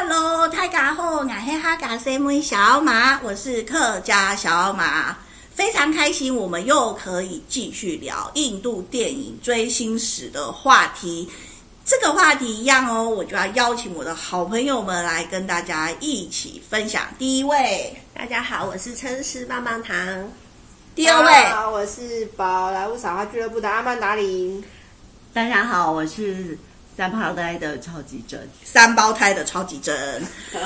大家好，我是哈嘎 C M 小马，我是客家小马，非常开心，我们又可以继续聊印度电影追星史的话题。这个话题一样哦，我就要邀请我的好朋友们来跟大家一起分享。第一位，大家好，我是撑师棒棒糖。第二大家位，好，我是宝莱坞撒花俱乐部的阿曼达林。大家好，我是三胞胎的超级真。三胞胎的超级真。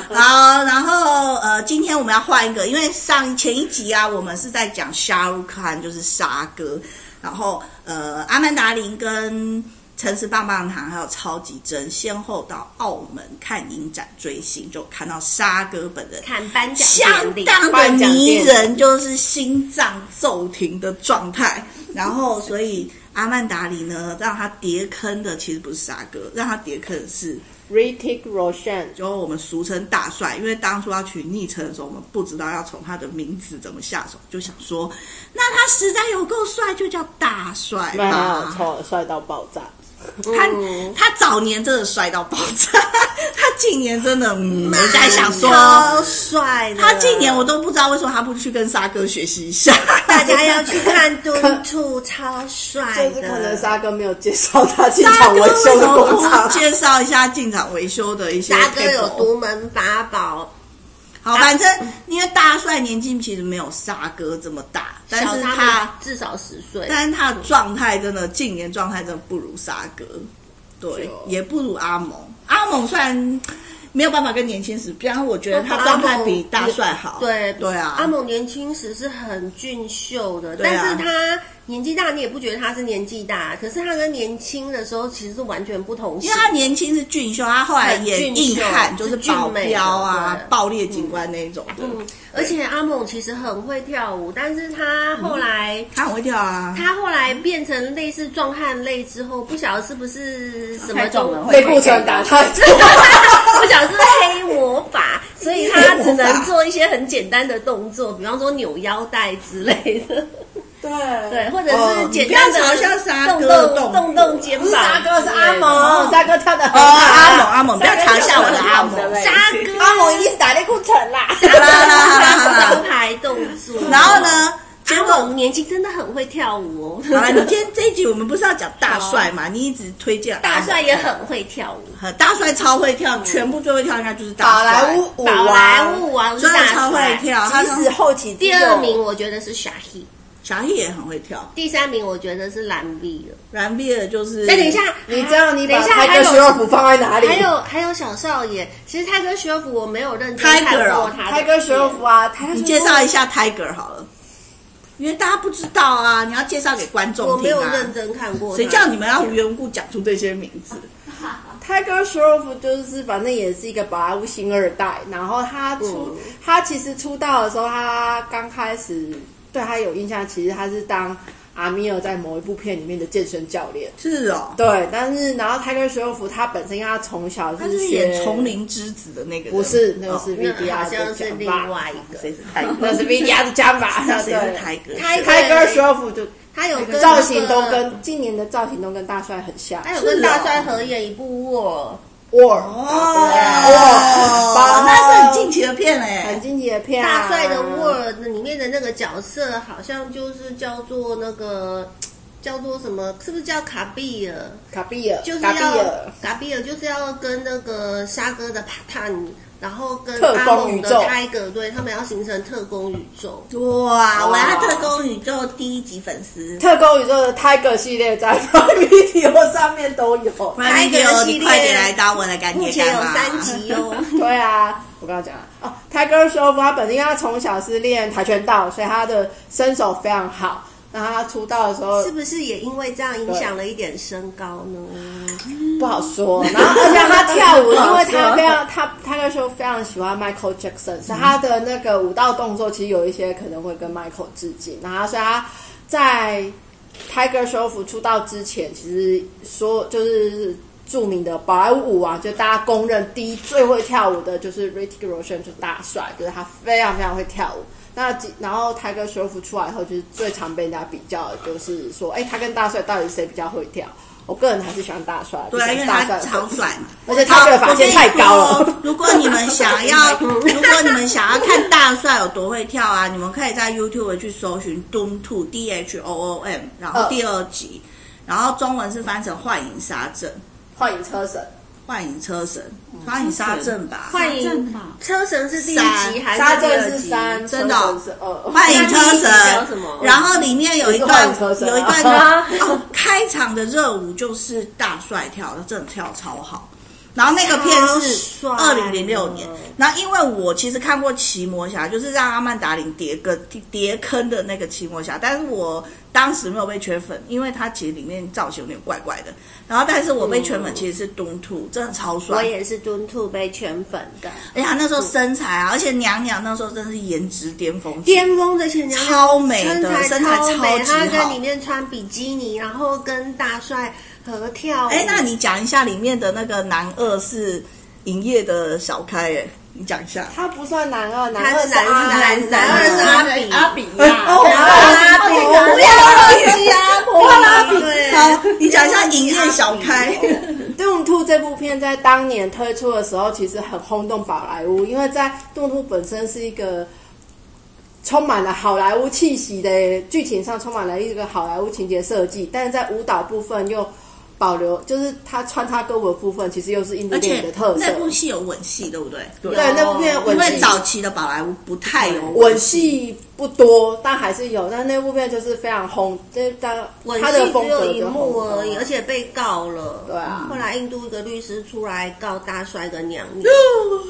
好，然后呃，今天我们要换一个，因为上前一集啊，我们是在讲沙鲁康，就是沙哥，然后呃，阿曼达林跟城市棒棒糖还有超级真先后到澳门看影展追星，就看到沙哥本 人。看颁相奖典礼，当的迷人，就是心脏骤停的状态。然后，所以阿曼达里呢，让他跌坑的其实不是沙哥，让他跌坑的是 Ritik Roshan，就我们俗称大帅，因为当初要取昵称的时候，我们不知道要从他的名字怎么下手，就想说，那他实在有够帅，就叫大帅没有吧。错，帅到爆炸。他哦他早年真的帅到爆炸，他近年真的嗯，我在想说，超帅的。他近年我都不知道为什么他不去跟沙哥学习一下。大家要 去看敦兔，超帅就的。是可能沙哥没有介绍他 进沙场哥为维修什的么工厂不， 介绍一下进场维修的一些 paper？沙哥有独门法宝，好，反正因为大帅年纪其实没有沙哥这么大，但小是他啊他们至少十岁。但是他的状态真的近年状态真的不如沙哥，对哦就，也不如阿蒙。阿蒙虽然没有办法跟年轻时比，但是我觉得他阿状蒙态比大帅好。对对啊，阿蒙年轻时是很俊秀的，对但啊是他年纪大，你也不觉得他是年纪大，可是他跟年轻的时候其实是完全不同型因为。他年轻是俊秀，他后来演很俊硬秀汉，就是是俊保美的镖啊对、爆裂警官那一种的。嗯，而且阿蒙其实很会跳舞，但是他后来。他很会跳啊，他后来变成类似壮汉类之后，不晓得是不是什么中，太壮了内部传打太多。 不晓得是不是黑魔法，所以他只能做一些很简单的动作，比方说扭腰带之类的， 对对，或者哦是简单的你不要嘲笑沙动哥的动动动作动肩不膀是之类的。沙哥，是阿蒙，哦沙哥跳的很哦，好。阿蒙阿蒙，不要沙哥嘲笑我的阿跳得蒙。很沙好的嘞哥阿蒙一定是打内裤城啦。好 啦好啦好啦好他啦，招牌动作。啊然后？呢？结阿果猛年轻真的很会跳舞哦，好了，你今天这一集我们不是要讲大帅嘛？你一直推荐阿蒙大帅也很会跳舞，很呃大帅超会跳，全部最会跳应该就是大宝帅。莱坞舞宝莱王，坞王是啊真的大超会帅。跳，啊他即使后期第二名我觉得是 Shahi，小黑也很会跳，第三名我觉得是蓝 V 了。然毕尔就是。哎，等一，下，你知道你等把一下泰还戈有徐若甫放在哪里？还有还有小少爷，其实泰戈徐若甫我没有认真 Tiger 看过哦他的泰戈徐若片甫啊，泰戈你徐介若绍甫一下 Tiger 好了，因为大家不知道啊，你要介绍给观我众没听有啊。认真看过他。谁叫你们要无缘无故讲出这些名字？ Tiger s h r o f 就是反正也是一个宝莱坞星二代，然后他出、嗯他其实出道的时候，他刚开始对他有印象，其实他是当阿米尔在某一部片里面的健身教练。是哦，对，但是然后 Tiger s h r o f 他本身因为他从小他是学演《丛，林之子》的那个人，不是，那个哦是那 VDR 好的像是讲另法，外一个谁是 Tiger？那是 VDR 的讲法， 那谁是对 Tiger？ Tiger Tiger s h r o f 就他有跟造型都那个跟啊今年的造型都跟大帅很像。哎他有跟大帅合演一部《War 沃尔哦，哇那是很近期的片嘞很。经典的》，片、啊，大帅的《War》里面的那个角色好像就是叫做那个叫做什么，是不是叫卡比尔？卡比尔，就是卡比要尔，嘎比尔就是要跟那个沙哥的帕坦，然后跟特阿工蒙宇的宙泰戈，对他们要形成特工宇宙。哇，我要特工宇宙第一集粉丝。特工宇宙的 Tiger 系列在 Prime Video 上面都有。快点，你快点来打我的干目爹前干有妈。三集哦。对啊，我刚刚讲了哦，Tiger s h o 他本身因为他从小是练跆拳道，所以他的身手非常好。然后他出道的时候 是不是也因为这样影响了一点身高呢？ 不好说，然后而且他跳舞，不好因说为他非常他他那时候非常喜欢 Michael Jackson，所以他的那个舞蹈动作其实有一些可能会跟 Michael 致敬。然后所以他在 Tiger s h o f 出道之前，其实说就是著名的宝莱坞舞王，就大家公认第一最会跳舞的就是 Ritik Roshan，就是大帅，就是他非常非常会跳舞。那几然后 Tiger s h o f 出来以后，就是最常被人家比较的就是说，哎，他跟大帅到底谁比较会跳？我个人还是喜欢大帅，对啊，比因起为大他帅的超粉丝帅嘛。而且好他的发线太高我跟了你说。如果你们想要，如果你们想要看大帅有多会跳啊，你们可以在 YouTube 去搜寻 Doom Two D H O O M，然后第二集，然后中文是翻成《幻影杀阵》《 幻影车神，幻影车神》《幻影杀阵》吧，幻影吧车神是第一三集还沙是第阵二是集？三，真的哦车神是二。 《幻影车那第一集神叫什么》。然后里面有一也是段幻影车神啊有一段啊 哦，开场的热舞就是大帅跳的，真的跳超好。然后那个片是超帅哦二零零六年，然后因为我其实看过《骑魔侠》，就是让阿曼达林跌个跌坑的那个《骑魔侠》，但是我当时没有被圈粉，因为它其实里面造型有点怪怪的。然后，但是我被圈粉其实是东兔，真的超帅。嗯我也嗯是蹲兔被圈粉的，哎呀，那时候身材啊，而且娘娘那时候真的是颜值巅峰期，巅峰的前娘娘超美的身身材材超超美，级她在好里面穿比基尼，然后跟大帅合跳舞。哎，那你讲一下里面的那个男二是营业的小开，哎，你讲一下。他不算男二，男他二是是男阿男男男二是阿比。比，阿比呀哦然后阿比哦不要忘记阿我忘了阿比比，对，好，你讲一下营业小 开。 《动兔》这部片在当年推出的时候，其实很轰动宝莱坞，因为在《动兔》本身是一个充满了好莱坞气息的剧情上，充满了一个好莱坞情节设计，但是在舞蹈部分又保留，就是他穿插歌舞的部分，其实又是印度而电影且的特色那。部戏有吻戏，对不对？对对，那部片因文为戏早期的宝莱坞不太有吻，戏不多，但还是有。但那部片就是非常轰，就是当吻他戏的只风有格一就幕轰而已，而动。且被告了。对啊后来印度一个律师出来告大帅跟娘娘，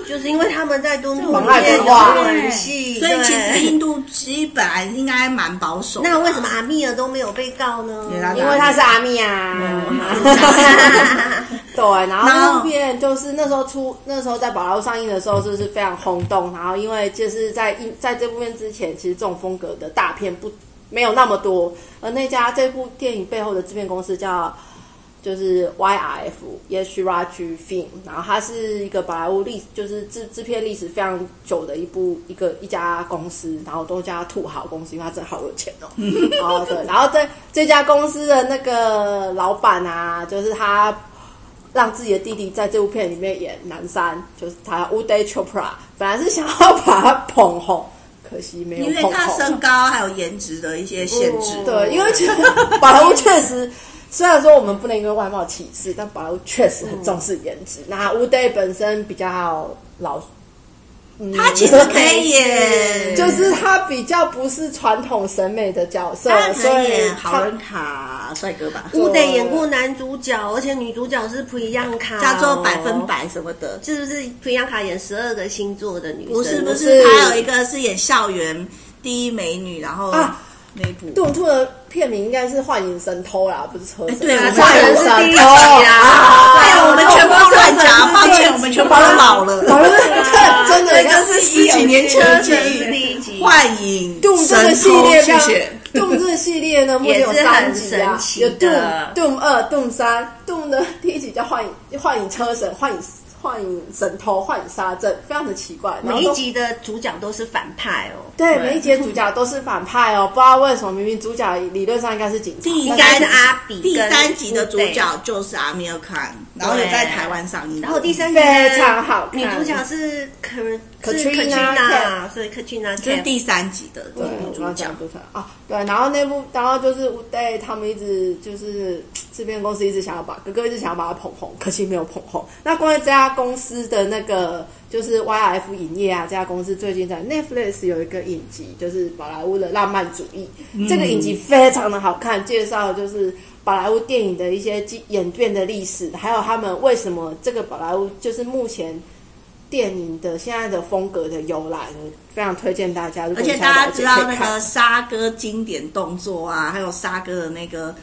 就是因为他们在敦促妨里碍面文化有吻戏，所以其实对印度基本来应该蛮保守的。那为什么阿米尔都没有被告呢？也让因为他是阿密啊。嗯 对，然然后后那部片就是那时候出，那时候在宝莱坞上映的时候，就是非常轰动。然后因为就是在一在这部片之前，其实这种风格的大片不没有那么多。而那家这部电影背后的制片公司叫就是 YRF，也许 Raj Film，然后它是一个宝莱坞历就是制制片历史非常久的一部一个一家公司，然后都叫它土豪公司，因为它真的好有钱 哦。然后对，然后这这家公司的那个老板啊，就是他让自己的弟弟在这部片里面演男三，就是他 Uday Chopra，本来是想要把他捧红，可惜没有 因为捧他红。身高还有颜值的一些限 制。嗯对，因为觉 得宝莱坞确实，虽然说我们不能因为外貌歧视，但宝莱坞确实很重视颜值。嗯那乌 day 本身比较老，嗯他其实可以演，就是他比较不是传统审美的角色他，可所以以演好人卡帅哥吧，乌得演过男主角，而且女主角是 Priyanka，哦叫做百分，百什么的。是不是 Priyanka 演十二个星座的女生？不是不是是，还有一个是演校园第一美女，然后啊那一部。杜兔的片名应该是《幻影神偷》啦，不是车神。对我们幻影幻神影神偷偷啊！哎呀，我们全部都乱讲，抱歉，对我们全部都老宝了。莱坞对真的对，这是十几年前的车神是第一剧，集幻影动这个神系偷，列谢非 谢。常，动这个系列呢，目前有三集啊，有也是很神奇动的动二、动三，动的 第一集叫幻影幻影车神、幻影幻影神偷、幻影杀阵，非常的奇怪。然后每一都集的主角都是反派哦，对每一集的主角都是反派哦，不知道为什么明明主角理论上应该是警察，第应但该是是阿比第跟三集的主乌得角就是阿米尔坎，然后也在台湾上映。然后第三集啊非常好看女主角是 Ka- 是 Katrina Katrina，所以 Katrina 这是 Kaif 第三集的对，女我主要角讲。部分啊，对，然后那部，然后就是对他们一直就是制片公司一直想要把哥哥一直想要把他捧红，可惜没有捧红。那关于这家公司的那个就是 YF 影业啊，这家公司最近在 Netflix 有一个影集，就是宝莱坞的浪漫主义，这个影集非常的好看，介绍就是。宝莱坞电影的一些基演变的历史，还有他们为什么这个宝莱坞就是目前电影的现在的风格的由来，我非常推荐大家。如果而你且想要大家了解知道可那以看个沙哥经典动作啊，还有沙哥的那个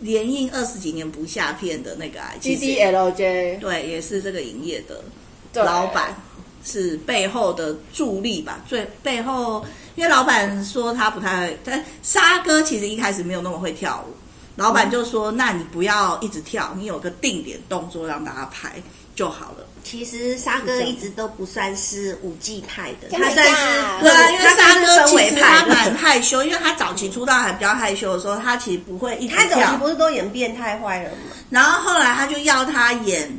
连映二十几年不下片的那个啊，其实 GDLJ 对，也是这个营业的对老板是背后的助力吧，最背后，因为老板说他不太会，但沙哥其实一开始没有那么会跳舞，老板就说：“那你不要一直跳，你有个定点动作让大家拍。”就就好了。其实沙哥一直都不算是舞技派的，真他的算假是的对啊，因为他沙算是哥氛其围实他派的。蛮害羞，因为他早期出道还比较害羞的时候，他其实不会一直他早期跳。不是都演变态坏人吗？然后后来他就要他演，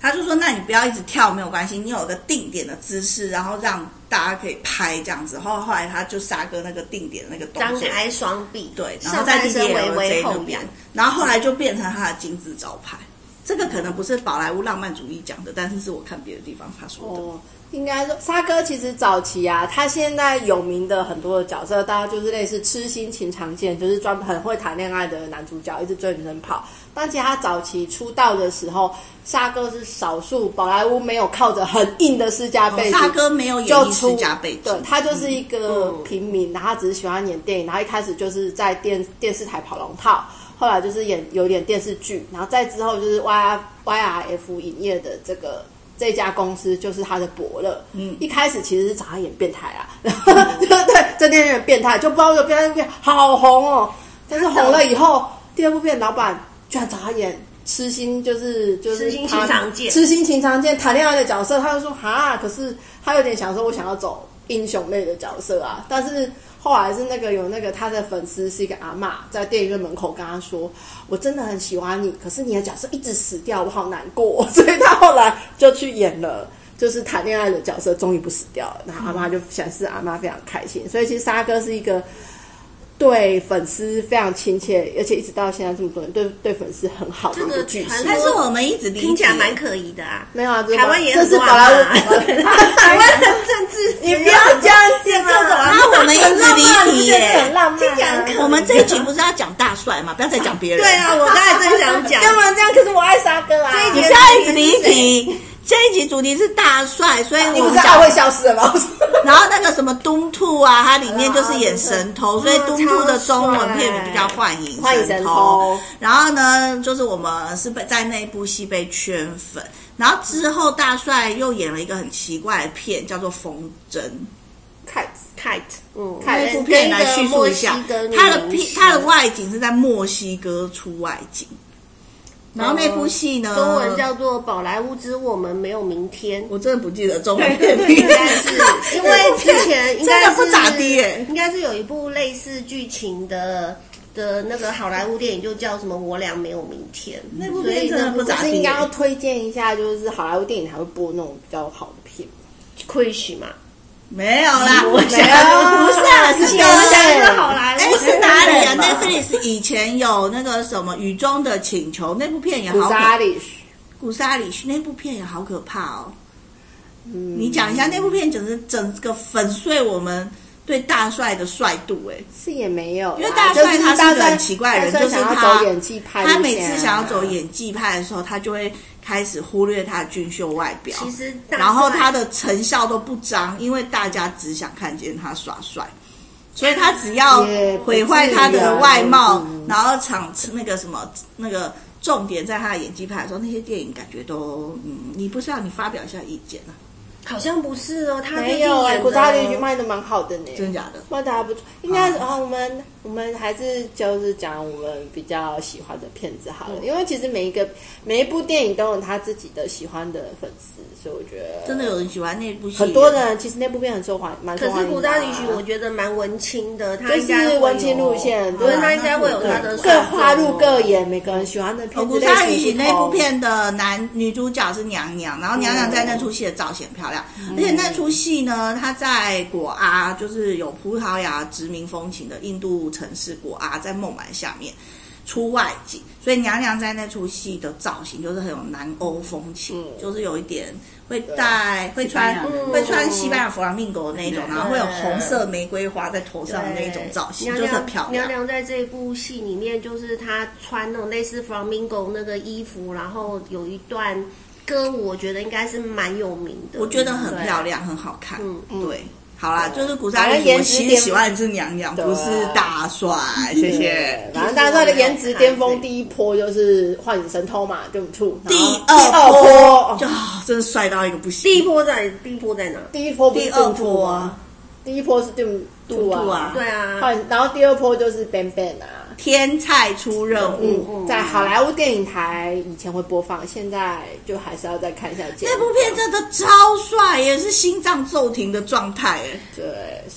他就说：“那你不要一直跳没有关系，你有个定点的姿势，然后让大家可以拍这样子。”后后来他就沙哥那个定点的那个动张作，开双臂，对，然后上在半 D D 身微 L 微 J 后嗯那仰边，，然后后来就变成他的金字招牌。这个可能不是宝莱坞浪漫主义讲的，但是是我看别的地方他说的。哦，应该说沙哥其实早期啊，他现在有名的很多的角色，大家就是类似痴心情长剑，就是专门很会谈恋爱的男主角，一直追女生跑。但其实他早期出道的时候，沙哥是少数宝莱坞没有靠着很硬的世家背哦景，沙哥没有演就艺出世家背景，对他就是一个嗯平民，然后他只是喜欢演电影，然后一开始就是在电电视台跑龙套，后来就是演有点电视剧，然后再之后就是 Y Y R F 影业的这个。这家公司就是他的伯乐，嗯，一开始其实是找他演变态啊， 对对，这天演变态，就不知道为什么变态变好红哦，但是红了以后，第二部片老板居然找他演痴心，就是就是痴心他情长剑痴心情长见谈恋爱的角色，他就说哈，可是他有点想说，我想要走英雄类的角色啊。但是后来是那个有那个他的粉丝是一个阿嬷，在电影院门口跟他说，我真的很喜欢你，可是你的角色一直死掉，我好难过。 所以他后来就去演了。就是谈恋爱的角色终于不死掉了，然后阿妈就显示阿妈非常开心，所以其实沙哥是一个对粉丝非常亲切，而且一直到现在这么多年，对对粉丝很好的一个巨星。这个传但是我们一直理解听起来蛮可疑的啊。没有啊，这是台湾也这很是宝多啊莱坞， 台湾的政治，你不要这样讲啊！那我们一直离题耶很浪漫听起来啊很可。我们这一集不是要讲大帅嘛？不要再讲别人。 对啊，我刚才正 想讲，啊要不然这样，可是我爱沙哥啊！这你一集不要一直离题。这一集主题是大帅，所以你我们不是爱讲会消失的吗？然后那个什么东兔啊，它里面就是演神偷，所以东兔的中文片名就叫《幻影欢迎神偷》。偷，然后呢，就是我们是被在那部戏被圈粉，然后之后大帅又演了一个很奇怪的片，叫做《风筝》。看 kite，嗯，那部片来叙述一下跟一个墨西哥女，它的巫片师它的外景是在墨西哥出外景，然后那部戏呢，中文叫做《宝莱坞之我们没有明天》。我真的不记得中文片名，应该是因为之前应真该的不是咋地耶。应该是有一部类似剧情的的那个好莱坞电影，就叫什么《我俩没有明天》。那部所片以真的那不部咋可地是应该要推荐一下，就是好莱坞电影还会播那种比较好的片。 Crush 嘛，没有啦，我想不是啊，是我们想一个个好莱哎坞，是哪里啊没有吧？Netflix 以前有那个什么《雨中的请求》那部片也古好沙可，里，古沙里那部片也好可怕哦。你讲一下那部片，整个整个粉碎我们对大帅的帅度哎、是也没有啦，因为大帅就是他是大个帅很奇怪的人，大就帅是想他要走演技派路线啊，他每次想要走演技派的时候，他就会开始忽略他的俊秀外表，其实大帅然后他的成效都不彰，因为大家只想看见他耍帅，所以他只要也不毁坏他至于的啊外貌嗯，然后场那个什么那个重点在他的演技派的时候，那些电影感觉都嗯，你不是要你发表一下意见啊？好像不是哦，他最没近有哎，演古扎里的剧卖的蛮好的呢，真的假的？卖的还不错，应该是好啊、我们我们还是就是讲我们比较喜欢的片子好了，嗯因为其实每一个每一部电影都有他自己的喜欢的粉丝，所以我觉得真的有人喜欢那部戏？很多人其实那部片很受欢，蛮受可欢是迎古的扎啊、里许，我觉得蛮文青的，他就应该会是有文青路线，我觉对得啊，他应该会有他的各受众花入各眼，每个人喜欢的片子哦古类莎型旅行不那部同片的男女主角是娘娘，然后娘娘在那出戏的造型很漂亮，而且那出戏呢，她在果阿，就是有葡萄牙殖民风情的印度城市果阿，在孟买下面出外景，所以娘娘在那出戏的造型就是很有南欧风情，嗯就是有一点会戴会西班牙穿人会穿西班牙弗朗明哥那种，嗯然后会有红色玫瑰花在头上的那种造型，娘就是娘很漂亮娘。娘在这部戏里面，就是她穿那种类似 flamingo 那个衣服，然后有一段歌，我觉得应该是蛮有名的。我觉得嗯很漂亮，很好看。嗯对。好啦，对就是古莎反正莉，颜我值其实巅喜欢的是娘娘，对不是大 帅。谢谢对。反正大帅的颜值巅峰第一波就是《幻影神偷》嘛，对不对？第二然后第二波哦就啊真是帅到一个不行。第一波在第一波在哪？第一波不是第二 Doom Two 波吗？第一波是 Doom Two 兔啊，啊对啊，换然后第二波就是 Bang Bang 啊，天菜出任务》嗯，在好莱坞电影台以前会播放，现在就还是要再看一下节目。那部片真的超帅，也是心脏骤停的状态，哎，对，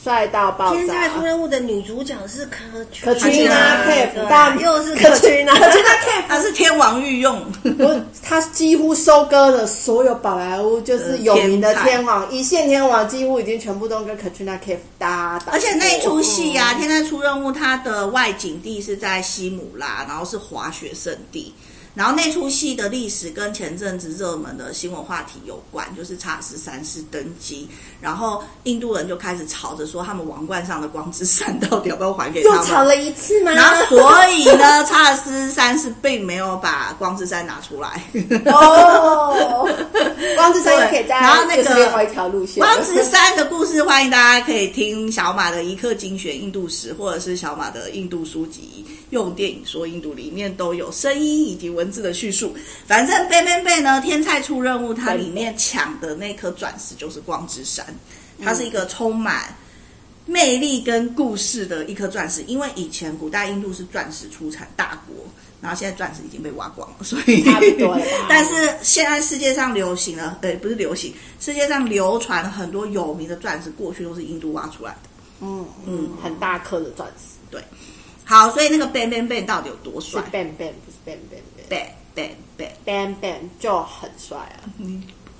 帅到爆天炸菜！出任务的女主角是可可群君啊对 Kate，大又是可 群啊，可是他 c 他是天王御用，我他几乎收割了所有宝莱坞就是有名的天王，一线天王几乎已经全部都跟 Katrina Kaif 搭档过。而且那一出戏哦呀、天才出任务》它的外景地是在西姆拉，然后是滑雪圣地。然后那出戏的历史跟前阵子热门的新闻话题有关，就是查尔斯三世登基，然后印度人就开始吵着说他们王冠上的光之山到底要不要还给他又们？吵了一次吗？然后所以呢，查尔斯三世并没有把光之山拿出来。 哦，光之山又可以对再，然后那 个就是另外一条路线了。光之山的故事，欢迎大家可以听小马的《一刻精选印度史》，或者是小马的印度书籍《用电影说印度》，里面都有声音以及文字的叙述。反正贝贝贝呢，天菜出任务，它里面抢的那颗钻石就是光之山，它是一个充满。魅力跟故事的一颗钻石，因为以前古代印度是钻石出产大国，然后现在钻石已经被挖光了，所以差不 多了吧但是现在世界上流行了，呃，不是流行，世界上流传了很多有名的钻石，过去都是印度挖出来的。嗯嗯，很大颗的钻石，好，所以那个 bang bang bang 到底有多是帅 Bang Bang，不是 Bang Bang ？bang bang bang， Bang，Bang Bang 就很帅啊。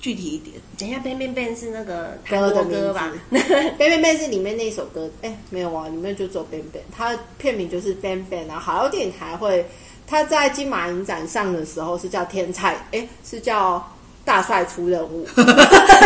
具体一点， 等一下，Bang Bang Bang 是那个韩歌的国名歌吧？ 字，Bang Bang Bang 是里面那一首歌，哎、没有啊，里面就只有 Bang Bang，它片名就是 Bang Bang，然后好莱坞电影台会，它在金马影展上的时候是叫天才，哎、是叫大帅出任务，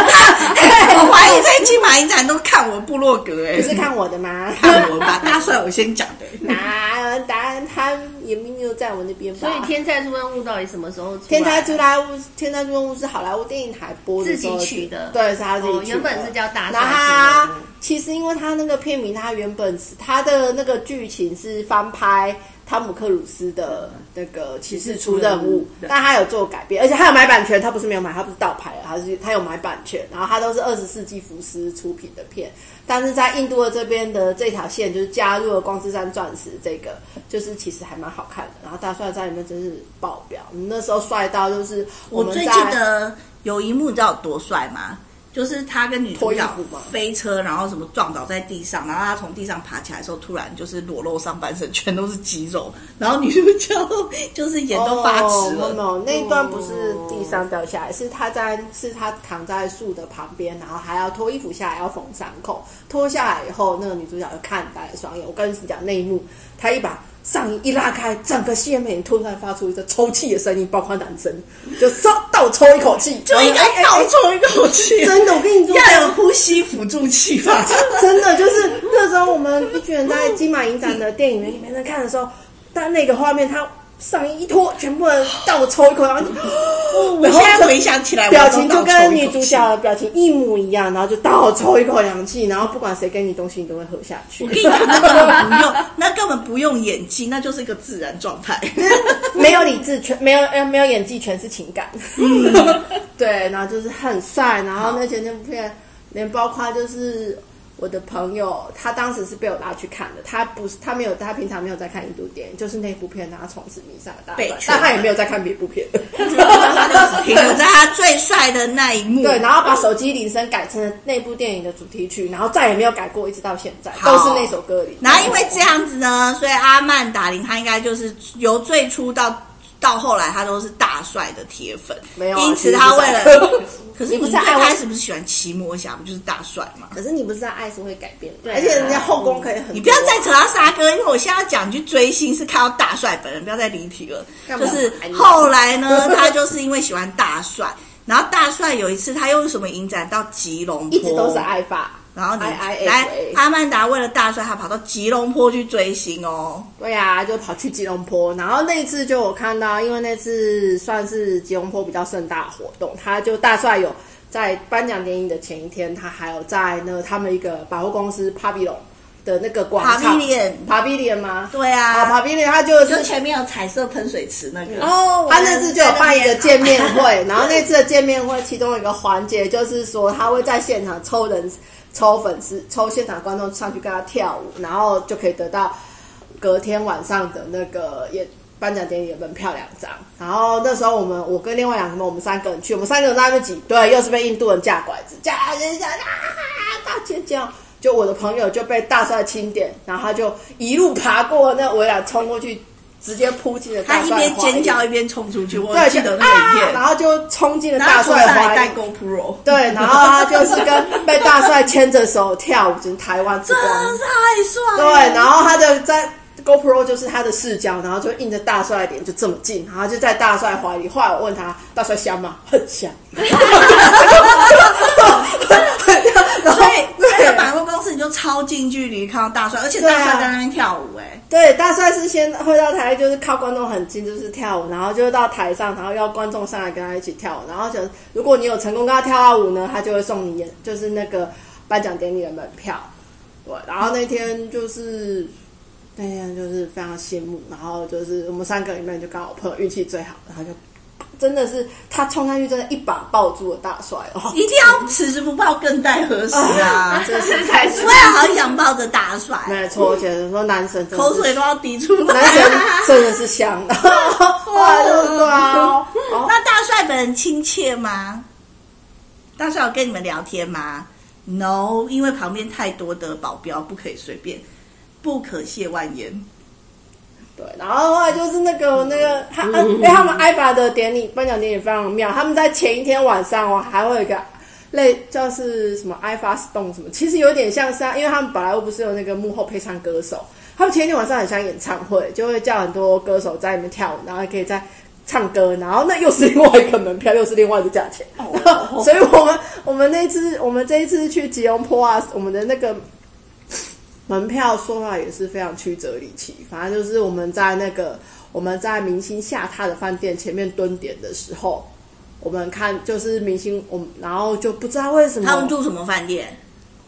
我怀疑在金马影展都看我部落格哎、你是看我的吗？看我吧，大帅我先讲的、答答案他也没有在我那边吧，所以天菜出任务到底什么时候出来？天才出来物，天才出任务是好莱坞电影台播的时候自己取的对，是他自己取哦的。原本是叫大然帅后出他任务其实因为他那个片名，他原本是他的那个剧情是翻拍汤姆克鲁斯的那个《骑士出任务》对但他有做改编，而且他有买版权，他不是没有买，他不是盗拍的，他是他有买版权，然后他都是二十世纪福斯出品的片，但是在印度的这边的这条线就是加入了光之山钻石这个，就是其实还蛮好看的，然后大帅在里面真是爆表，那时候帅到就是我们最在记得有一幕，你知道有多帅吗？就是他跟女主脱衣角服吗飞车，然后什么撞倒在地上，然后他从地上爬起来的时候，突然就是裸露上半身， 全都是肌肉，然后女主角 就是眼都发直哦没了。嗯有，那一段不是地上掉下来，是他在是他躺在树的旁边，然后还要脱衣服下来要缝伤口，脱下来以后，那个女主角就看呆了双眼。我跟你讲那一幕，她一把上衣一拉开，整个谢美突然发出一个抽泣的声音，包括男生就稍倒抽一口气，就应该然后哎哎哎倒抽一口气，真的，我跟你说，哦 哎要有呼吸辅助器吧。 真的就是那时候我们一群人在金马影展的电影院里面在看的时候，但那个画面，他上衣一脱，全部人倒抽一口，然后就 哦我现在回想起来，表我都情就倒抽跟一女口主气角的表情一模一样，然后就倒抽一口凉气，然后不管谁给你东西，你都会喝下去我。跟你讲， 那根本不用，那根本不用演技，那就是一个自然状 态。 没有理智，全没有呃没有演技，全是情感。嗯 对，然后就是很帅，然后那前那部片，连包括就是我的朋友，他当时是被我拉去看的，他不是他没有他平常没有在看印度电影，就是那部片他从此迷上了大被帅，劝但他也没有在看别部 片。停留在他最帅的那一幕。对，然后把手机铃声改成了那部电影的主题曲，然后再也没有改过，一直到现在好都是那首歌里。然后因为这样子呢，所以阿曼达林他应该就是由最初到到后来，他都是大帅的铁粉。没有啊因此他为其实了 不是，可是你你不不是是爱一我啊开始不是喜欢骑摩侠，不就是大帅吗？可是你不知道爱是会改变的，对啊而且人家后宫可以很多。你不要再扯到沙哥，因为我现在要讲去追星是看到大帅本人，不要再离题了。干嘛哎就是后来呢， 他就是因为喜欢大帅，然后大帅有一次他用什么影展到吉隆坡，一直都是爱发，然后你 I I 来 F A 阿曼达为了大帅，他跑到吉隆坡去追星哦。对呀、就跑去吉隆坡，然后那一次就我看到，因为那次算是吉隆坡比较盛大的活动，他就大帅有在颁奖典礼的前一天，他还有在那他们一个百货公司 Pavilion 的那个广场 Pavilion Pavilion 吗？对啊啊， ，Pavilion 他就是就前面有彩色喷水池那个。哦，他那次就有办一个见面会，然后那次的见面会其中有一个环节就是说他会在现场抽人、抽粉丝、抽现场观众上去跟他跳舞，然后就可以得到隔天晚上的那个也颁奖典礼的门票两张。然后那时候我们我跟另外两个朋友我们三个人去，我们三个人在那边挤兑，又是被印度人架拐子，架人家啊大尖叫。就我的朋友就被大帅钦点，然后他就一路爬过那围栏冲过去，直接扑进了他大一帅边怀里尖叫一边冲出去，我对，记就得那个影啊片。然后就冲进了然后他大头帅上还怀带里。 GoPro，对，然后他就是跟被大帅牵着手跳舞，就是台湾 之真光。的太帅对了。，然后他的在 GoPro 就是他的视角，然后就印着大帅的脸，就这么近，然后就在大帅怀里。后来我问他，大帅香吗？很 香。 然后所以那对个百货公司你就超近距离看到大帅，而且大对啊帅在那边跳舞、哎、对，大帅是先会到台，就是靠观众很近，就是跳舞，然后就到台上，然后要观众上来跟他一起跳舞，然后就如果你有成功跟他跳到舞呢，他就会送你演，就是那个颁奖典礼的门票。对，然后那天就是那天就是非常羡慕，然后就是我们三个里面就刚好我朋友运气最好，然后就真的是他冲上去，真的一把抱住了大帅哦，一定要此时不报更待何时啊！ 真是才我也好想抱着大 帅，没 错，我觉得说男神真的是口 水都要滴出来。男神真的是香，然后后来就是对 啊，然 后那大帅本人亲切吗？大帅有跟你们聊天吗？No，因为旁边太多的保镖，不可以随便，不可亵玩焉。对，然后后来就是那个那个他，哎、为他们艾法的典礼颁奖典礼非常妙，他们在前一天晚上哦，还会有一个类叫是什么艾法 stone 什么，其实有点像是啊，因为他们宝莱坞不是有那个幕后配唱歌手，他们前一天晚上很像演唱会，就会叫很多歌手在里面跳舞，然后还可以在。唱歌，然后那又是另外一个门票，又是另外一个价钱， 所以我们我们那次我们这一次去吉隆坡啊，我们的那个门票说法也是非常曲折离奇，反正就是我们在那个我们在明星下榻的饭店前面蹲点的时候，我们看就是明星，我们然后就不知道为什么，他们住什么饭店？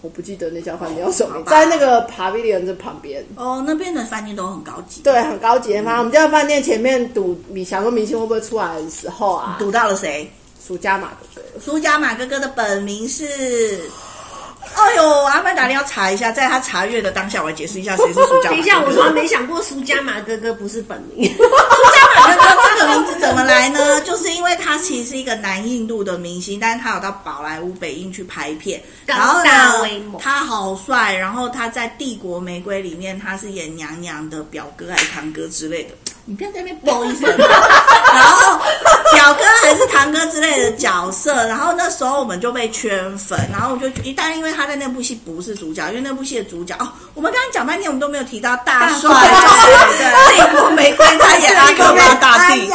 我不记得那家饭店叫什么好，吧在那个 pavilion 的旁边，哦，那边的饭店都很高级。，对，很高级。嗯反正我们就在饭店前面赌，你想说明星会不会出来的时候啊，赌到了谁？暑假马哥哥，苏加马哥哥的本名是。哎呦，阿曼达利要查一下，在他查阅的当下，我来解释一下谁是苏 加马。等一下，我从来没想过苏加马哥哥不是本名。那个这个名字怎么来呢？ 就是因为他其实是一个南印度的明星，但是他有到宝莱坞北印去拍片，高然后大威呢猛，他好帅，然后他在《帝国玫瑰》里面他是演娘娘的表哥还是堂哥之类的，你不要在那边包一声。然后表哥还是堂哥之类的角色，然后那时候我们就被圈粉，然后我就一旦因为他在那部戏不是主角，因为那部戏的主角哦，我们刚刚讲半天我们都没有提到大帅，对帝国玫瑰他演阿克巴大帝，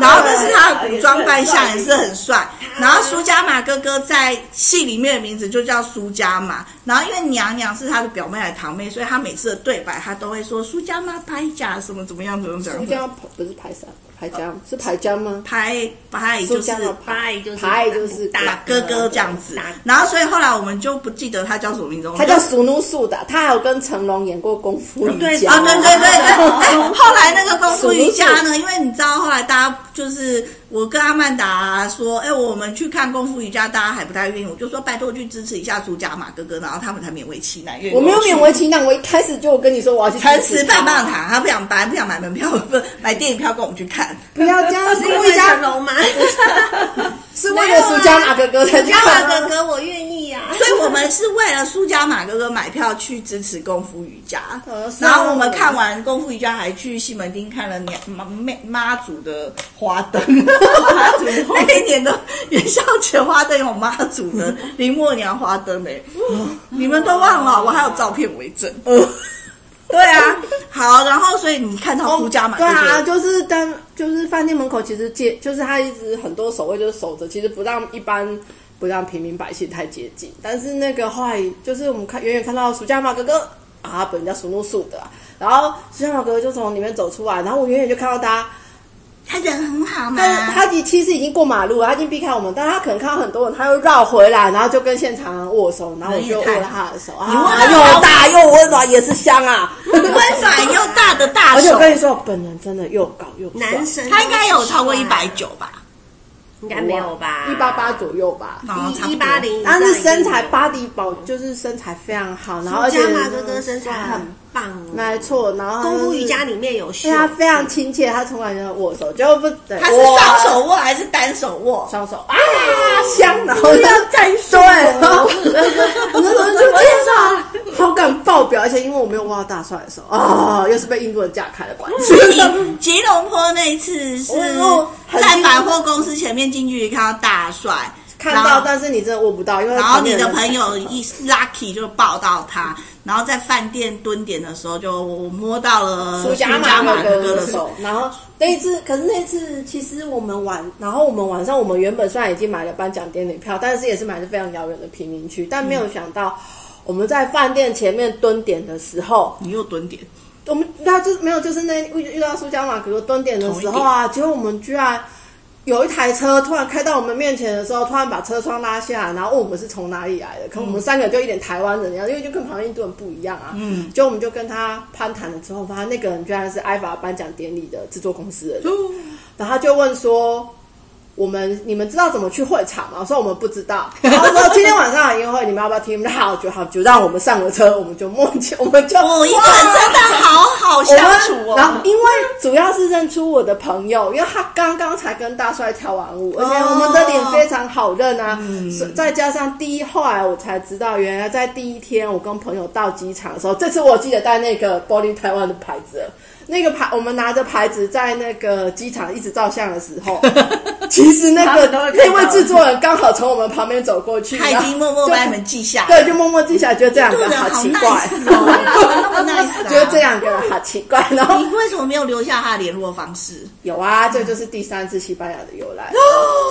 然后但是他的古装扮相也是很帅，然后苏加玛哥哥在戏里面的名字就叫苏加玛，然后因为娘娘是他的表妹还是堂妹，所以他每次的对白他都会说苏加玛拍甲什么怎么样怎么怎不么样。叫不是排山排江哦是排江吗？拍拍苏就是加的啊拍就是排就是打哥哥这样子大哥，然后所以后来我们就不记得他叫什么名字，我们他就叫苏努素的，他还有跟成龙演过功夫瑜对伽。啊，对对对对， 哎，后来那个功夫瑜伽呢，因为你知道后来大家就是我跟阿曼达说，哎，我们去看功夫瑜伽，大家还不太愿意，我就说拜托去支持一下苏加马哥哥，然后他们才勉为其难，愿意我没有去勉为其难，我一开始就跟你说我要去诚支持实他棒棒糖，他不想搬，不想买门票，不买电影票跟我们去看，不要这样，是是因为为成家龙吗？是为了苏加马哥哥才苏去加看马啊哥哥，我愿意啊。所以我们是为了苏加马哥哥买票去支持功夫瑜伽呃，是啊然后我们看完功夫瑜伽，还去西门町看了娘妈妹妈祖的花灯， 那一年的元宵节花灯有妈祖的 林默娘花灯哎、你们都忘了，我还有照片为证。哦对啊，好，然后所以你看到苏加马哥对哥，啊，就是当就是饭店门口，其实接就是他一直很多守卫就是守着，其实不让一般不让平民百姓太接近。但是那个后来就是我们看远远看到暑假马哥哥啊，本人叫苏露素的啊、然后暑假马哥哥就从里面走出来，然后我远远就看到他，他人很好嘛，他他已其实已经过马路了，他已经避开我们，但他可能看到很多人，他又绕回来，然后就跟现场握手，然后我就握了他的手啊，你握又到大又温暖，也是香啊！温暖又大的大而且手我，跟你说，本人真的又高又帅男神他应该有超过一百九吧。应该没有吧？一八八左右吧。哦差不多一一八零，他是身材 body 保，就是身材非常好，然后而且加马哥哥身材很棒哦，没错，然后他功夫是瑜伽里面有秀对，他非常亲切，他从来就握手，就不对他是握双手握还是单手握？双手啊香，然后就再对，然后我那时候就天哪，好感爆表，而且因为我没有握到大帅的手啊，又是被印度人架开了管 子所。以吉隆坡那一次是哦很在百货公司前面近距离看到大帅，看然到，后但是你真的握不到，因为然后旁你边的人朋友一 lucky 就抱到他，然后在饭店蹲点的时候就摸到了苏家马马哥哥哥哥的的手手。，然后那一次，可是那一次其实我们晚，然后我们晚上我们原本虽然已经买了颁奖典礼票，但是也是买的非常遥远的贫民区，但没有想到我们在饭店前面蹲点的时候，你又蹲点，我们那就是没有，就是那遇遇到苏家马哥哥蹲点的时候啊，结果我们居然。有一台车突然开到我们面前的时候，突然把车窗拉下来，然后问我们是从哪里来的。可我们三个就一脸台湾人一样，因为就跟旁边印度人不一样啊。嗯，就我们就跟他攀谈了之后，发现那个人居然是艾法颁奖典礼的制作公司的人，嗯然后他就问说：“我们你们知道怎么去会场吗？”我说：“我们不知道。”然后说：“今天晚上有音乐会，你们要不要听？”我们说好就好，就让我们上了车，我们就默契，我们就哦，一个人真的好好我相处们，然后哦。因为主要是认出我的朋友，因为他刚刚才跟大帅跳完舞，而且我们的脸非常好认啊。所以再加上第一，后来我才知道，原来在第一天我跟朋友到机场的时候，这次我记得带那个 Body 台湾的牌子了。那个牌，我们拿着牌子在那个机场一直照相的时候，其实那个他们都会看那到位制作人刚好从我们旁边走过去，他已经默默然把后你就们记下来对，，就默默记下来，觉得这两个人好好奇 nice 怪，哦，那么 nice 啊！ 觉得这两个人好奇怪，然后你为什么没有留下他的联络方式？有啊，这就是第三次西班牙的由来。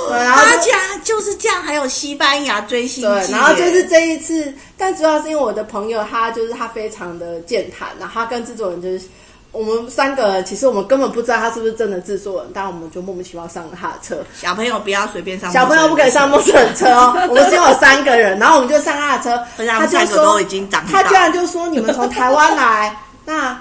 对，然后哦他就竟然就是这样，还有西班牙追星对，记然后就耶是这一次，但主要是因为我的朋友他就是他非常的健谈，然后他跟制作人就是。我们三个人其实我们根本不知道他是不是真的制作人，但我们就莫名其妙上了他的车。小朋友不要随便上，小朋友不可以上陌生人车 哦，我们只有三个人，然后我们就上他的车，而啊且他他们就三个说都已经长他大居然就说你们从台湾来，那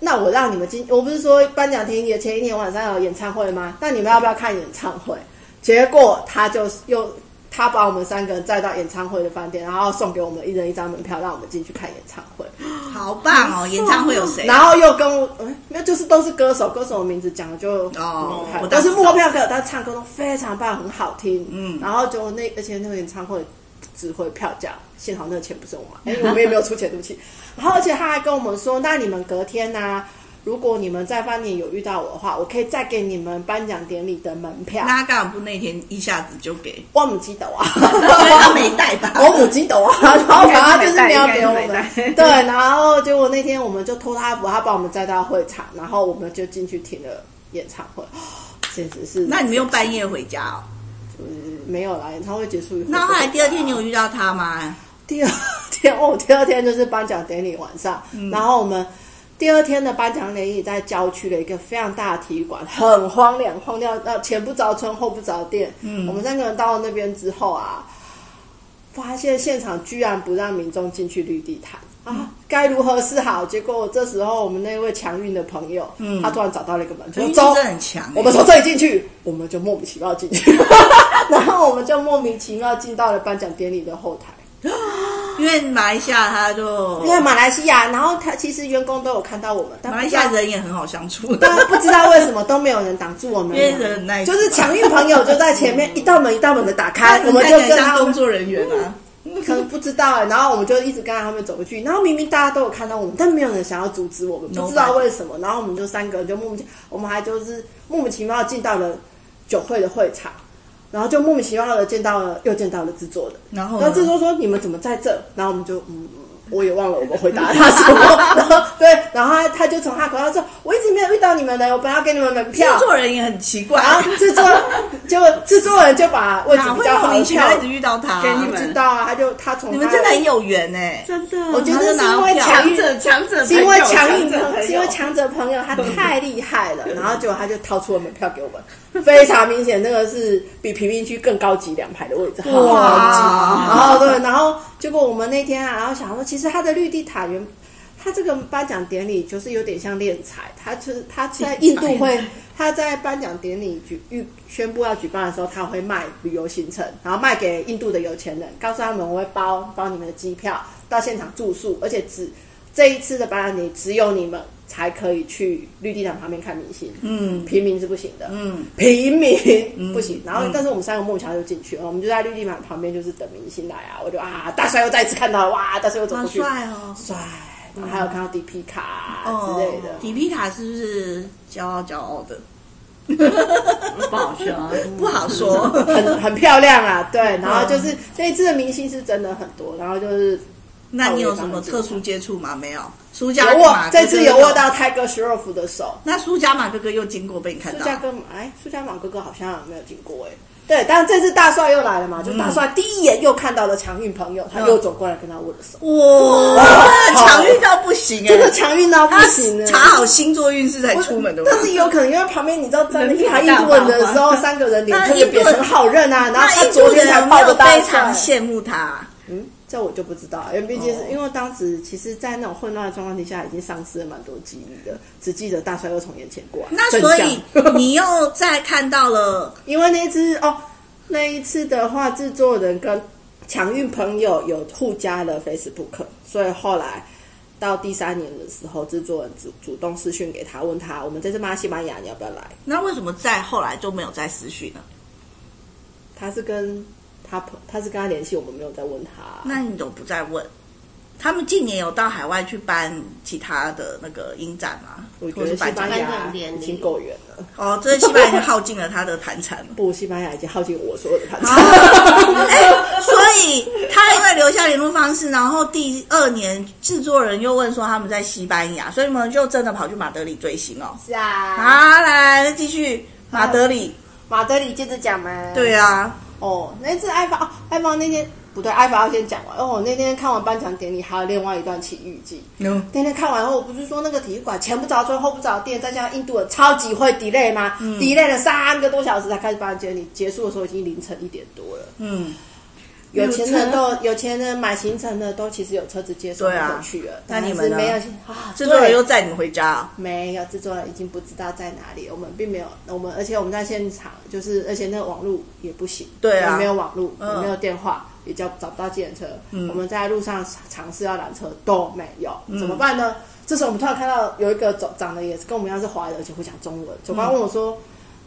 那我让你们今，我不是说颁奖典礼的前一天晚上有演唱会吗？那你们要不要看演唱会？结果他就又他把我们三个人载到演唱会的饭店，然后送给我们一人一张门票，让我们进去看演唱会。好棒哦！演唱会有谁？然后又跟我，嗯，没有，就是都是歌手，歌手的名字讲的就哦嗯我大但是知道默票歌，他唱歌都非常棒，很好听，嗯嗯，然后就那而且那个演唱会值回票价，幸好那个钱不是我买，哎因为我们也没有出钱，对 不起。然后而且他还跟我们说，那你们隔天呢、如果你们在饭店有遇到我的话，我可以再给你们颁奖典礼的门票。那他干嘛不那天一下子就给？我母鸡斗 啊，因为他没带吧？ 我母鸡斗啊，然后反正就是没 有给我应该是没啊们。对，带啊然后结果那天我们就托他福，他把我们载到会场，然后我们就进去听了演唱 会，简直是。那你没有半夜回家哦？嗯没有啦，演唱会结束以后。那后来第二天你有遇到他吗？第二天哦，第二天就是颁奖典礼晚上，然后我们第二天的颁奖典礼在郊区的一个非常大的体育馆，很荒凉，荒掉到前不着村后不着店。嗯，我们三个人到了那边之后啊，发现现场居然不让民众进去绿地毯。啊，该如何是好？结果这时候我们那位强运的朋友，嗯，他突然找到了一个门，可说是走真的，很强我们从这里进去，我们就莫名其妙进去， 然后我们就莫名其妙进到了颁奖典礼的后台。欸因为马来西亚他就因为马来西亚，然后他其实员工都有看到我们，但马来不知西道亚人也很好相处的，但 不知道为什么都没有人挡住我们，因为人很 nice 就是强运朋友就在前面一道门一道门的打 开，我们们看就起来跟他像工们嗯作人员啊。可能不知道、然后我们就一直跟着他们走过去，然后明明大家都有看到我们，但没有人想要阻止我们， Nobody 不知道为什么，然后我们就三个人就莫名其，我们还就是莫名其妙进到了酒会的会场。然后就莫名其妙的见到了，又见到了制作人。然后呢然后制作说：“你们怎么在这？”然后我们就嗯，我也忘了我们回答 他什么。然后对，然后他他就从他口袋说：“我一直没有遇到你们呢，我本来要给你们门工票。”作人也很奇怪，然后制作 结果制作人就把位置哪比会较莫好的名其妙票一直遇到他？给你们不知道啊，他就他从你们他真的很有缘哎！真的，我觉他就得是拿到因为票强强运，者强者是朋因为友强运者朋朋，友是因为强者朋友他太厉 害了，然后结果他就掏出了门票给我们，非常明显，那个是比贫民区更高级两排的位置，好高级。然后对，然后结果我们那天啊，然后想说，其实他的绿地毯原他这个颁奖典礼就是有点像敛财，他就是他在印度会，他在颁奖典礼举预宣布要举办的时候，他会卖旅游行程，然后卖给印度的有钱人，告诉他们我会包包你们的机票到现场住宿，而且只这一次的颁奖典礼只有你们才可以去绿地毯旁边看明星，嗯平民是不行的，嗯，平民不行。然后，但是我们三个莫名其妙就进去哦了，我们就在绿地板旁边，就是等明星来啊。我就啊，大帅又再一次看到了，哇，大帅又走好过去，帅哦。帅，然后还有看到迪皮卡之哦类的。迪皮卡是不是骄傲骄傲的？不好啊说，不好说。很很漂亮啊，对，嗯然后就是这一次的明星是真的很多，然后就是那你有什么特殊接触吗？没有，啊苏加有马哥，哥握这次有握。到泰戈什洛夫的手，那苏加马哥哥又经过被你看苏到家，哥，哎，苏家马哥哥好像没有听过哎、对，但这次大帅又来了嘛，嗯就大帅第一眼又看到了强运朋友，他又走过来跟他握了手，哇，强运到不行真的哎！强运到不他行呢、查好星座运势才出门的吧但？是也有可能，因为旁边你知道站了一排印度人的时候， 三个人脸特别扁，很好认啊。然后他那印昨度天人才有没抱着有大非帅常，羡慕他？嗯，这我就不知道，因为毕竟是哦因为当时其实，在那种混乱的状况底下，已经丧失了蛮多记忆的，只记得大帅又从眼前过来。啊那真所相 以你又再看到了因为那一次哦，那一次的话，制作人跟强运朋友有互加了 Facebook，所以后来到第三年的时候，制作人主主动私讯给他，问他我们这次骂西班牙，你要不要来？那为什么再后来就没有再私讯了？他是跟他朋，他是跟他联系，我们没有再问他。那你怎么不再问？他们近年有到海外去办其他的那个影展吗？我觉或得是西颁班奖颁牙奖典已礼经够远了，。哦，这西班牙已经耗尽了他的盘缠了不，西班牙已经耗尽我所有的盘哎、啊所以他因为留下联络方式，然后第二年制作人又问说他们在西班牙，所以你们就真的跑去马德里追星哦。是啊，好，来继续马德里。马德里接着讲嘛。对啊， 哦，那次艾法，哦，艾法那天不对，艾法要先讲完。哦，我那天看完颁奖典礼，还有另外一段奇遇记。嗯，那天看完后，我不是说那个体育馆前不着村后不着店，再加上印度人超级会 delay 吗、d 嗯 e l a y 了三个多小时才开始颁奖典礼，结束的时候已经凌晨一点多了。嗯，有钱人都有钱人买行程的都其实有车子接送对啊回去了，那但你是们呢没有啊？制作人对又载你们回家啊、没有，制作人已经不知道在哪里了。我们并没有，我们而且我们在现场，就是而且那个网络也不行，对啊我们没有网络，嗯也没有电话，也叫找不到计程车。我们在路上尝试要拦车都没有，怎么办呢？这时候我们突然看到有一个长长得也是跟我们一样是华人，而且会讲中文，走官问我说：“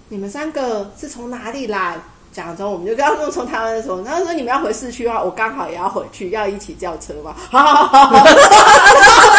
你们三个是从哪里来？”讲了之后，我们就跟他们从台湾的时候，他说你们要回市区啊，我刚好也要回去，要一起叫车嘛。好好好好，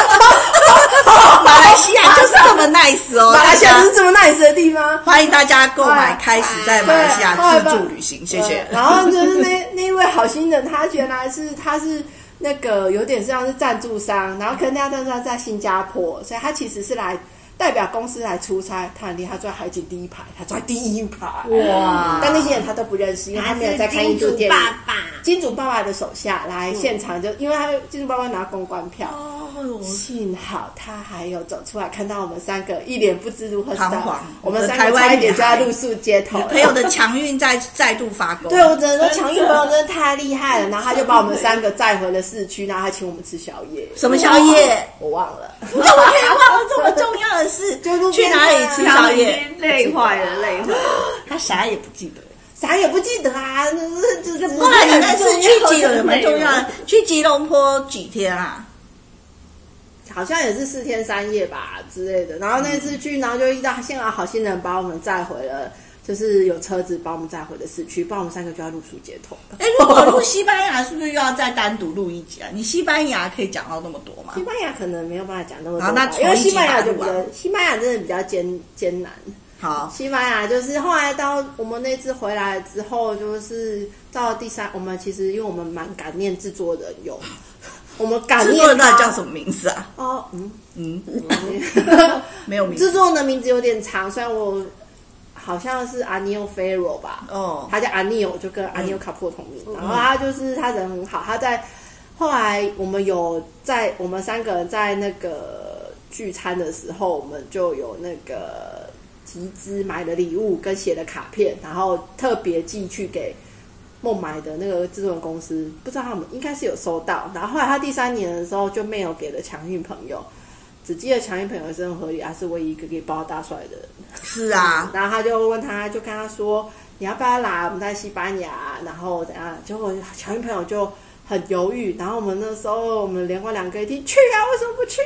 马来西亚就是这么 nice 哦，马来西亚大家就是这么 nice 的地方。欢迎大家购买，开始在马来西亚自助旅行，谢谢对。呃然后就是那 那一位好心人，他原来是他是那个有点像是赞助商，然后可能那家赞助商在新加坡，所以他其实是来代表公司来出差，他很厉害，他坐在海景第一排，他坐在第一排，哇但那些人他都不认识，因为他他没有是在看印金度主电影。爸爸，金主爸爸的手下来嗯现场就，因为他金主爸爸拿公关票，哦幸好他还有走出来，看到我们三个一脸不知如何是道彷徨我们三台个湾差一点女就要孩露宿街头了。朋友的强运再再度发功。对，我只能说强运朋哦友真的太厉害了，然后他就把我们三个载回了市区，然后还请我们吃宵夜。什么宵夜？我忘了，你 怎么可以忘了这么重要的事？就路去边哪里摊吃宵他夜？已经累坏了，累坏了。他啥也不记得。啥也不记得啊，那那就是不然你那次去吉了，隆蛮重要的，去吉隆坡几天啊？好像也是四天三夜吧之类的。然后那次去，然后就遇到幸好好心人把我们载回了。就是有车子把我们载回了市区，不然我们三个就要露宿街头了。哎，如果录西班牙，是不是又要再单独录一集啊？你西班牙可以讲到那么多吗西？班牙可能没有办法讲那么好多那吧，重因为一集西班牙吧就录比完较，西班牙真的比较艰艰难。好，西班牙就是后来到我们那次回来之后，就是到第三，我们其实因为我们蛮感念制作人有， 我们感制念作人到底他叫什么名字啊？哦，嗯，嗯， 没有名字制作人的名字有点长，虽然我好像是阿尼奥菲罗吧，哦。他叫阿尼欧，就跟阿尼欧卡普同名。然后他就是他人很好，他在后来我们有在我们三个人在那个聚餐的时候，我们就有那个集资买了礼物跟写了卡片，然后特别寄去给。孟买的那个制作人公司，不知道他们应该是有收到。然后后来他第三年的时候就没有给了强运朋友，只记得强运朋友是很合理，他是唯一一个可以抱到大帅的人。是啊，然后他就问他，就跟他说你要不要来？我们在西班牙，然后怎样？结果小女朋友就很犹豫。然后我们那时候我们连贯两个一听去啊，为什么不去？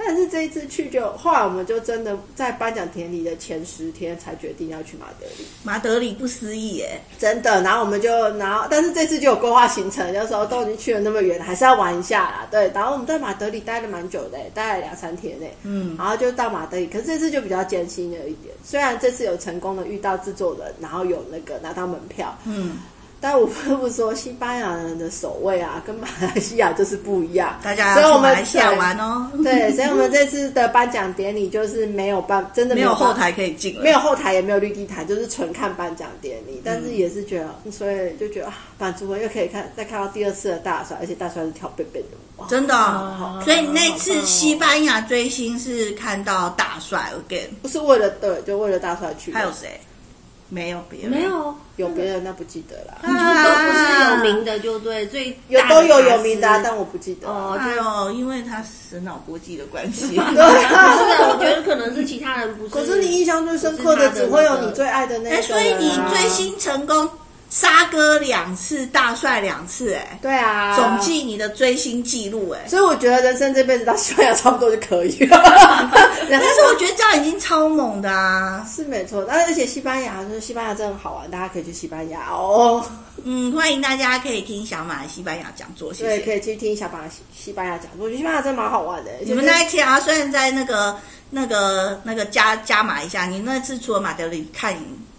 但是这一次去就后来我们就真的在颁奖典礼的前十天才决定要去马德里，马德里不思议耶，真的。然后我们就然后但是这次就有规划行程，就说都已经去了那么远，还是要玩一下啦。对，然后我们在马德里待了蛮久的，待了两三天呢。嗯，然后就到马德里，可是这次就比较艰辛了一点。虽然这次有成功的遇到制作人，然后有那个拿到门票，嗯，但我不得不说，西班牙人的守卫啊，跟马来西亚就是不一样。大家所以要我去马们来西亚玩哦，对，所以我们这次的颁奖典礼就是没有办，真的没有有办后，台可以进了，没有后台也没有绿地毯，就是纯看颁奖典嗯礼。但是也是觉得，所以就觉得啊，满足了，又可以看再看到第二次的大帅，而且大帅是跳贝贝的舞。真的哦、好所以那次西班牙追星是看到大帅 again，不是为了对，就为了大帅去的。还有谁？没有别人，啊没有，嗯有别人那不记得了。嗯就都不是有名的，就对，最啊有大的都有有大师名的、啊，但我不记得。哦，哎呦，因为他神脑国际的关系， 对啊不是，我觉得可能是其他人不是。可是你印象最深刻的，只会有你最爱的那哎、一个所以人啊、你追星成功，沙哥两次，大帅两次、哎、对啊，总。计你的追星记录、哎。所以我觉得人生这辈子到西班牙差不多就可 以了。但但是我觉得这样已经超猛的啊！ 是没错，但而且西班牙就是西班牙真的很好玩，大家可以去西班牙哦。嗯，欢迎大家可以听小马的西班牙讲座，谢对，谢。可以去听一下巴西西班牙讲座，我觉得西班牙真的蛮好玩的。你们那一天啊，虽然在那个、那个、那个加加码一下，你那次除了马德里看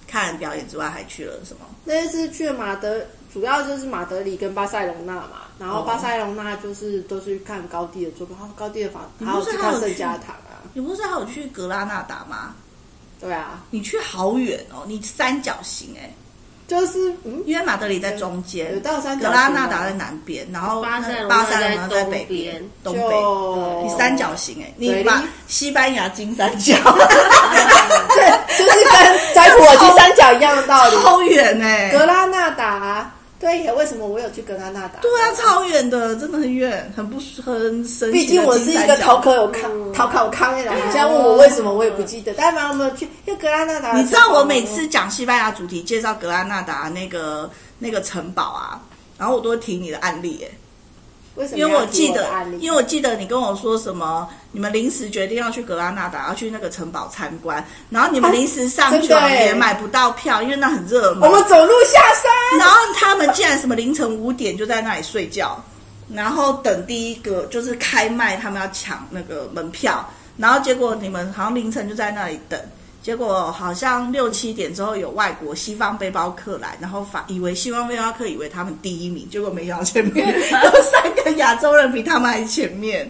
看表演之外，还去了什么？那一次去马德，主要就是马德里跟巴塞隆纳嘛，然哦后巴塞隆纳就是都是看高地的作品，然后高地的房，你还不有是去还看有圣去家堂啊，你不是还有去格拉纳达吗？对啊，你去好远哦，你三角形哎、就是嗯，因为马德里在中间，有到三角格形拉啊纳达吗在南边，然后巴塞罗那巴塞罗在那在东北边边，东北。就你三角形哎、嘴你里把西班牙金三角 对， 就是跟摘普尔金三角一样的道理。超远哎、格拉纳达，对耶，为什么我有去格拉纳达？对啊，超远的，真的很远，很不很神奇的金三角。毕竟我是一个逃考考嗯有康考考康的人，你现在问我为什么，我也不记得。但凡我们有去，因为格拉纳达，你知道我每嗯次讲西班牙主题介绍格拉纳达那个那个城堡啊，然后我都会提你的案例、欸，为什么因为要我提记我得的案，例？因为我记得你跟我说什么，你们临时决定要去格拉纳达，要去那个城堡参观，然后你们临时上啊真的哦船欸也买不到票，因为那很热嘛我。们走路下山，然后哦他们竟然什么凌晨五点就在那里睡觉，然后等第一个就是开卖，他们要抢那个门票，然后结果你们好像凌晨就在那里等，结果好像六七点之后有外国西方背包客来，然后反以为西方背包客以为他们第一名，结果没想到前面 有三个亚洲人比他们还前面，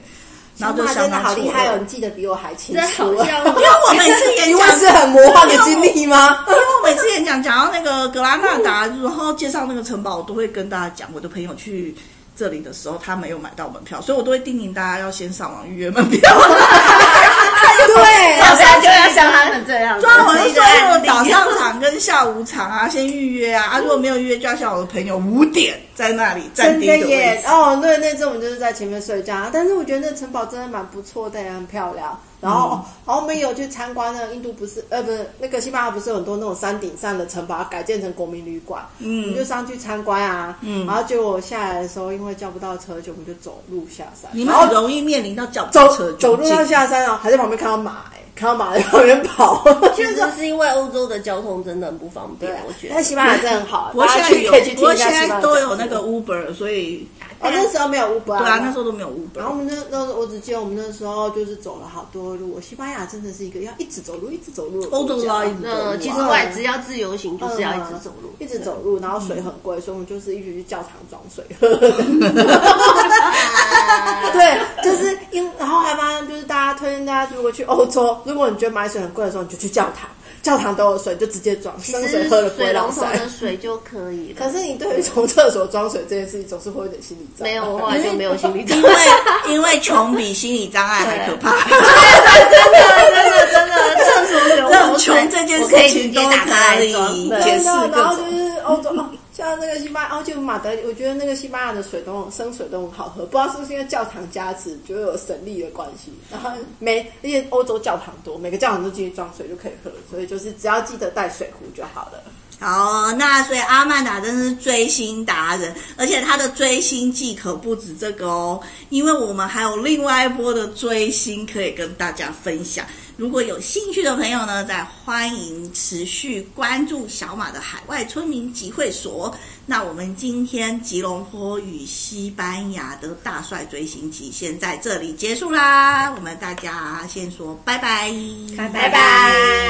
然后就哇相真的当好厉害错哦！愕你记得比我还清这楚 好。像 因为我每次演 因 为讲是很魔幻的经 历吗？因为我每次演讲讲到那个格拉纳达，然后介绍那个城堡，我都会跟大家讲，我的朋友去这里的时候，他没有买到门票，所以我都会叮咛大家要先上网预约门票。 对，早上就要像他们这样，对啊，我这就是一个说案我例早上场跟下午场啊，先预约啊， 啊如果没有预约，就要像我的朋友五点在那里站真第一的个位耶！置。哦，对，那次我们就是在前面睡觉，但是我觉得那城堡真的蛮不错的，也很漂亮。然嗯后，哦然后我们有去参观那个印度不是，呃，不是那个西班牙不是有很多那种山顶上的城堡，改建成国民旅馆，我们嗯就上去参观啊。嗯然后结果下来的时候，因为叫不到车，就我们就走路下山。你然们后很容易面临到脚踏车走的走窘路到境。下山啊，还在旁边看到马、哎，看到马在旁边 跑。其实是因为欧洲的交通真的很不方便，我觉啊但得。西班牙真的很好，不过大现家在去有可以去，不听过一下现西班牙在的都有讲啊那座个 Uber，所 以哦，那时候没有对 Uber，啊啊，那时候都没有 Uber。然后我们那那时候我只记得我们那时候就是走了好多路。我西班牙真的是一个要一直走路，一直走路的国欧家，嗯洲啦，啊那嗯啊其实外只要自由行，就是要一直走路，一嗯直走路，然后水很贵，所以我们就是一直去教堂装 水 喝。对，就是因，然后还发现就是大家推荐大家，如果去欧洲，如果你觉得买水很贵的时候，你就去教堂，教堂都有水，就直接装其生水实喝了不会水老龙头塞。的水就可以了。 可是你对于从厕所装水这件事情，总是会有点心理障碍。没有，我后来就没有 心理障因碍为。因为穷比心理障碍还可怕，真的真的真的，厕所流这种口水穷这件我可以事直情接都打开来可装以对解释然各后就种。是欧洲，哦，像到那个西班牙，哦，就马德里，我觉得那个西班牙的水都很生水都很好喝，不知道是不是因为教堂加持，就有神力的关系。然后每因为欧洲教堂多，每个教堂都进去装水就可以喝，所以就是只要记得带水壶就好了。好，那所以阿曼达真是追星达人，而且他的追星记可不止这个哦，因为我们还有另外一波的追星可以跟大家分享。如果有兴趣的朋友呢，再欢迎持续关注小马的海外村民集会所。那我们今天吉隆坡与西班牙的大帅追星记先在这里结束啦，我们大家先说拜拜，拜拜拜